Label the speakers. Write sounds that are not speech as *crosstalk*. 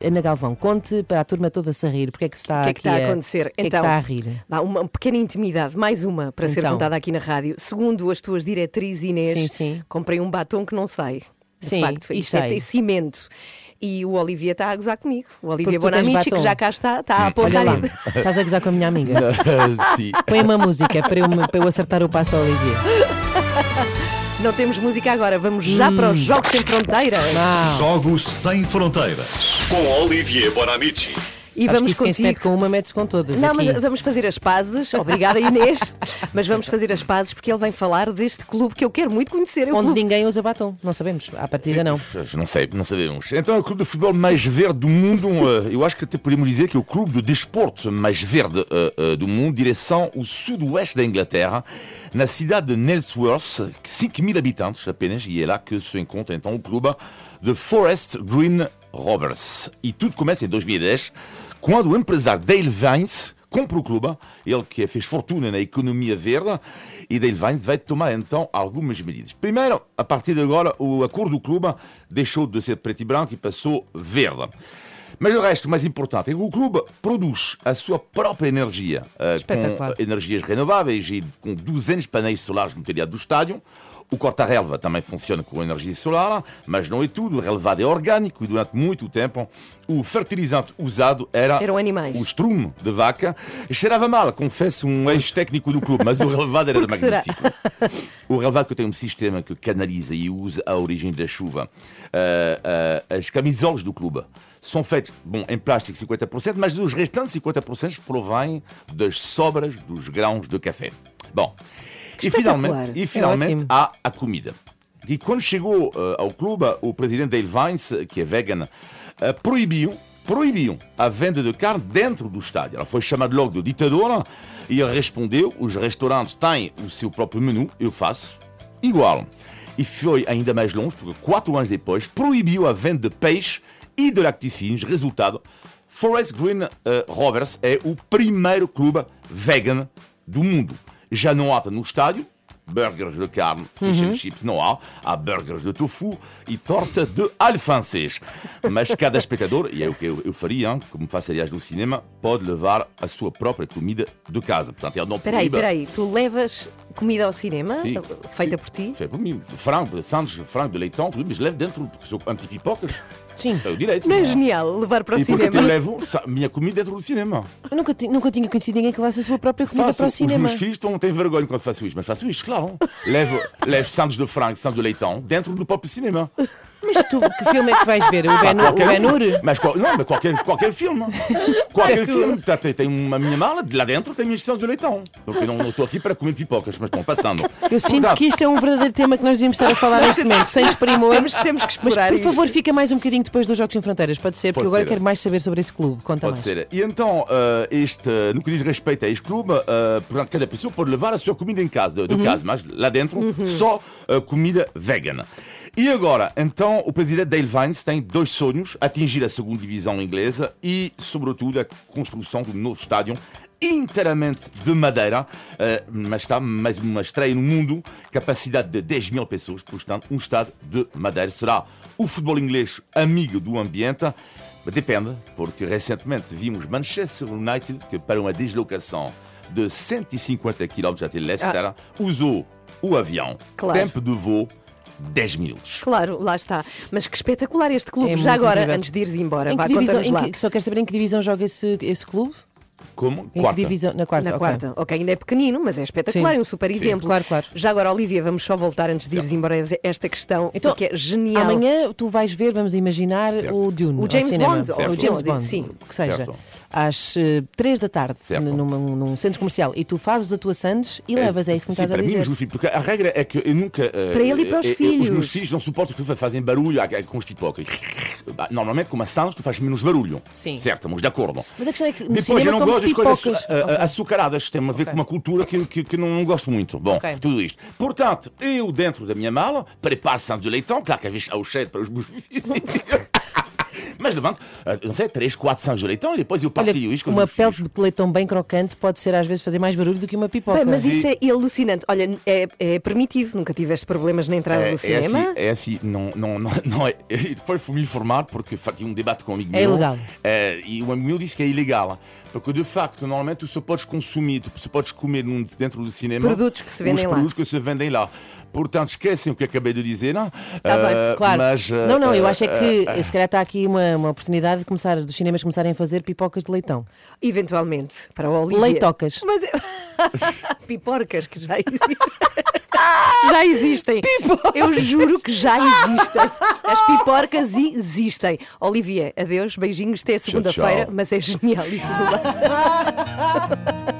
Speaker 1: Ana Galvão, conte para a turma toda se rir, porque é que se está
Speaker 2: O que é
Speaker 1: aqui
Speaker 2: que está a acontecer?
Speaker 1: o que é que
Speaker 2: Então,
Speaker 1: está a rir?
Speaker 2: Vá, Uma pequena intimidade, mais uma para ser
Speaker 1: Então.
Speaker 2: contada aqui na rádio. Segundo as tuas diretrizes, Inês,
Speaker 1: Sim, sim.
Speaker 2: comprei um batom que não sai. De
Speaker 1: Sim,
Speaker 2: facto,
Speaker 1: e
Speaker 2: isto é
Speaker 1: sai.
Speaker 2: é cimento. E o Olivia está a gozar comigo. O Olivia
Speaker 1: Porque tu tens
Speaker 2: Bonamici, que
Speaker 1: batom.
Speaker 2: já cá está, está a
Speaker 1: Olha
Speaker 2: apontar.
Speaker 1: lá, estás a gozar com a minha amiga.
Speaker 3: Sim.
Speaker 1: Põe uma música para eu, me- para eu acertar o passo ao Olivier.
Speaker 2: Não temos música agora, vamos
Speaker 1: Hum.
Speaker 2: já para os Jogos Sem Fronteiras.
Speaker 1: Ah,
Speaker 4: Jogos Sem Fronteiras com Olivier Bonamici.
Speaker 2: E
Speaker 1: acho que
Speaker 2: vamos
Speaker 1: isso quem se
Speaker 2: contigo.
Speaker 1: mete com uma, mete-se com todas.
Speaker 2: Não,
Speaker 1: aqui.
Speaker 2: mas vamos fazer as pazes. Obrigada, Inês. mas vamos fazer as pazes porque ele vem falar deste clube que eu quero muito conhecer. É o
Speaker 1: Onde
Speaker 2: clube
Speaker 1: ninguém usa batom, não sabemos. À partida, não.
Speaker 3: Não sei, não sabemos. Então é o clube de futebol mais verde do mundo. eh, Eu acho que até podemos dizer que é o clube de desporto mais verde eh, eh, do mundo, direção ao sudoeste da Inglaterra, na cidade de Nailsworth, 5 mil habitantes apenas, e é lá que se encontra então o clube de Forest Green Rovers. E tudo começa em 2010, quando o empresário Dale Vines compra o clube, ele que fez fortuna na economia verde, e Dale Vines vai tomar então algumas medidas. Primeiro, a partir de agora, o acordo do clube deixou de ser preto e branco e passou verde. Mas o resto, o mais importante, é que o clube produz a sua própria energia, eh,
Speaker 1: Espetacular.
Speaker 3: com energias renováveis e com 200 painéis solares no telhado do estádio. O corta-relva também funciona com energia solar, mas não é tudo. O relevado é orgânico e durante muito tempo o fertilizante usado era
Speaker 2: Eram animais.
Speaker 3: o strum de vaca. Cheirava mal, confesso, um ex-técnico do clube, mas o relevado era
Speaker 2: Por que será?
Speaker 3: magnífico. O relevado que tem um sistema que canaliza e usa a origem da chuva. Ah, ah, as camisolas do clube são feitas, bom, em plástico 50%, mas os restantes 50% provêm das sobras dos grãos de café. Bom, e finalmente,
Speaker 2: espetacular. É
Speaker 3: e finalmente
Speaker 1: ótimo.
Speaker 3: há a comida. E quando chegou eh, ao clube, o presidente Dale Vines, que é vegan, eh, proibiu, proibiu a venda de carne dentro do estádio. Ela foi chamada logo de ditadora e ele respondeu: os restaurantes têm o seu próprio menu, eu faço igual. E foi ainda mais longe, porque quatro anos depois, proibiu a venda de peixe e de lacticínios. Resultado: Forest Green eh, Rovers é o primeiro clube vegan do mundo. Já não há no estádio, burgers de carne, fish
Speaker 2: Mhm.
Speaker 3: and chips não há, há burgers de tofu e torta de
Speaker 2: *laughs*
Speaker 3: alfances. Mas cada espectador, e é o que eu, eu faria, hein, como faço aliás no cinema, pode levar a sua própria comida de casa. Portanto, ele não
Speaker 2: Peraí,
Speaker 3: proíbe-
Speaker 2: peraí, tu levas comida ao cinema
Speaker 3: Sim,
Speaker 2: feita
Speaker 3: sim,
Speaker 2: por ti?
Speaker 3: Feita por mim. Frango, de sandes, frango de leitão, tudo, mas levo dentro, porque sou anti-pipoca,
Speaker 1: Sim,
Speaker 3: tenho direito.
Speaker 2: Não é
Speaker 3: não é?
Speaker 2: genial levar para o
Speaker 3: E porque
Speaker 2: cinema?
Speaker 3: te levo sa- minha comida dentro do cinema.
Speaker 1: eu nunca, ti- nunca tinha conhecido ninguém que lesse a sua própria comida
Speaker 3: Faço,
Speaker 1: para o cinema.
Speaker 3: Os meus filhos estão, têm vergonha quando faço isso, mas faço
Speaker 2: *laughs*
Speaker 3: isso, claro. Levo, levo sandes de frango, sandes de leitão dentro do próprio cinema.
Speaker 1: Mas tu, que filme é que vais ver? O Ben- o
Speaker 3: Qualquer um.
Speaker 1: Ben-Hur?
Speaker 3: Mas qual- não, mas qualquer,
Speaker 1: *laughs*
Speaker 3: qualquer filme. Qualquer filme. Portanto, Tem, tem uma minha mala, de lá dentro tem minhas sandes de leitão. Porque não não estou aqui para comer pipocas, mas estão passando.
Speaker 1: Eu sinto
Speaker 3: Portanto,
Speaker 1: que isto é um verdadeiro tema que nós devíamos
Speaker 2: *laughs*
Speaker 1: estar a falar neste momento, sem exprimor.
Speaker 2: Temos, temos
Speaker 3: *laughs*
Speaker 2: que
Speaker 1: Mas
Speaker 2: explorar
Speaker 1: por favor,
Speaker 2: isto.
Speaker 1: fica mais um bocadinho depois dos Jogos Sem Fronteiras, pode ser, porque
Speaker 3: Pode
Speaker 1: agora
Speaker 3: ser.
Speaker 1: quero mais saber sobre esse clube. Conta
Speaker 3: Pode
Speaker 1: mais.
Speaker 3: ser. E então, eh, este, eh, no que diz respeito a este clube, eh, portanto, cada pessoa pode levar a sua comida em casa, de, de
Speaker 1: Uhum.
Speaker 3: casa, mas lá dentro só eh, comida vegan. E agora, então, o presidente Dale Vines tem dois sonhos: atingir a segunda divisão inglesa e, sobretudo, a construção de um novo estádio inteiramente de madeira, eh, mas está mais uma estreia no mundo, capacidade de 10 mil pessoas, portanto, um estádio de madeira. Será o futebol inglês amigo do ambiente? Mas Depende, porque recentemente vimos Manchester United que, para uma deslocação de 150 km até Leicester, usou o avião.
Speaker 2: Claro.
Speaker 3: Tempo de voo, 10 minutos.
Speaker 2: Claro, lá está. Mas que espetacular este clube.
Speaker 1: É
Speaker 2: Já
Speaker 1: muito
Speaker 2: agora,
Speaker 1: incrível.
Speaker 2: antes de ires embora,
Speaker 1: Em
Speaker 2: vá,
Speaker 1: que divisão,
Speaker 2: É conta-nos
Speaker 1: em
Speaker 2: lá.
Speaker 1: que- só quero saber em que divisão joga esse, esse clube?
Speaker 3: Como?
Speaker 1: Em que divisão? Na quarta.
Speaker 2: Na
Speaker 1: ok.
Speaker 2: quarta. ok, ainda é pequenino, mas é espetacular,
Speaker 1: Sim.
Speaker 2: é um super exemplo.
Speaker 1: Claro, claro.
Speaker 2: Já agora, Olivia, vamos só voltar antes de ires embora esta questão,
Speaker 1: Então,
Speaker 2: porque é genial.
Speaker 1: Amanhã tu vais ver, vamos imaginar,
Speaker 3: Certo.
Speaker 1: o Dune.
Speaker 2: O
Speaker 1: ao
Speaker 2: James
Speaker 1: cinema.
Speaker 2: Bond, ou
Speaker 1: O
Speaker 3: Certo.
Speaker 1: James
Speaker 2: Bond,
Speaker 1: Bond,
Speaker 2: sim.
Speaker 1: o que seja.
Speaker 3: Certo.
Speaker 1: Às eh, três da tarde,
Speaker 3: Certo.
Speaker 1: numa- num centro comercial. E tu fazes a tua Sandes e levas, é isso que me
Speaker 3: Sim,
Speaker 1: estás a
Speaker 3: para mim,
Speaker 1: dizer.
Speaker 3: os meus filhos, porque a regra é que eu nunca. eh,
Speaker 2: Para ele e para os
Speaker 3: eh, eh,
Speaker 2: filhos.
Speaker 3: Os meus filhos não suportam que fazem barulho ah, com os pipocas. Bah, Normalmente, com maçãs, tu fazes menos barulho.
Speaker 1: Sim.
Speaker 3: Certo, estamos de acordo.
Speaker 1: Mas a questão é que no
Speaker 3: Depois eu
Speaker 1: cinema
Speaker 3: não gosto
Speaker 1: come-se
Speaker 3: das coisas
Speaker 1: pipocas.
Speaker 3: açu- a- a-
Speaker 1: Ok.
Speaker 3: açucaradas, tem a ver
Speaker 1: Ok.
Speaker 3: com uma cultura que, que, que não, não gosto muito. Bom,
Speaker 1: Ok.
Speaker 3: tudo isto. Portanto,
Speaker 1: *laughs*
Speaker 3: eu dentro da minha mala preparo sandes de leitão, claro que às vezes há o cheiro para os meus filhos. mas levanto, eh, não sei, 3, 4 São Juleitão e depois eu
Speaker 1: Olha,
Speaker 3: partilho isto com os
Speaker 1: uma
Speaker 3: meus
Speaker 1: pele
Speaker 3: filhos.
Speaker 1: de coletão bem crocante pode ser às vezes fazer mais barulho do que uma pipoca.
Speaker 2: Bem, mas
Speaker 3: E-
Speaker 2: isso é alucinante. Olha, é, é permitido, nunca tiveste problemas na entrada
Speaker 3: É,
Speaker 2: do
Speaker 3: é
Speaker 2: cinema.
Speaker 3: assim, é assim, não, não, *laughs* não, não é. Depois fui me informar porque fa- tinha um debate com um amigo
Speaker 1: É
Speaker 3: meu.
Speaker 1: ilegal.
Speaker 3: É, e o amigo meu disse que é ilegal. Porque de facto, normalmente tu só podes consumir, tu só podes comer num- dentro do cinema
Speaker 2: Produtos que se vendem
Speaker 3: os
Speaker 2: lá.
Speaker 3: produtos que se vendem lá. Portanto, esquecem o que acabei de dizer, não?
Speaker 2: Tá bem,
Speaker 3: Eh,
Speaker 1: Claro.
Speaker 3: mas, eh,
Speaker 1: não, não, eu
Speaker 3: eh,
Speaker 1: acho é que se calhar está aqui uma, uma oportunidade de começar, dos cinemas começarem a fazer pipocas de leitão.
Speaker 2: Eventualmente, para o Olivia.
Speaker 1: Leitocas.
Speaker 2: Mas *laughs* piporcas que já existem. já existem. Eu juro que já existem. As piporcas existem. Olivia, adeus, beijinhos, até
Speaker 3: tchau.
Speaker 2: segunda-feira, mas é genial isso do lado.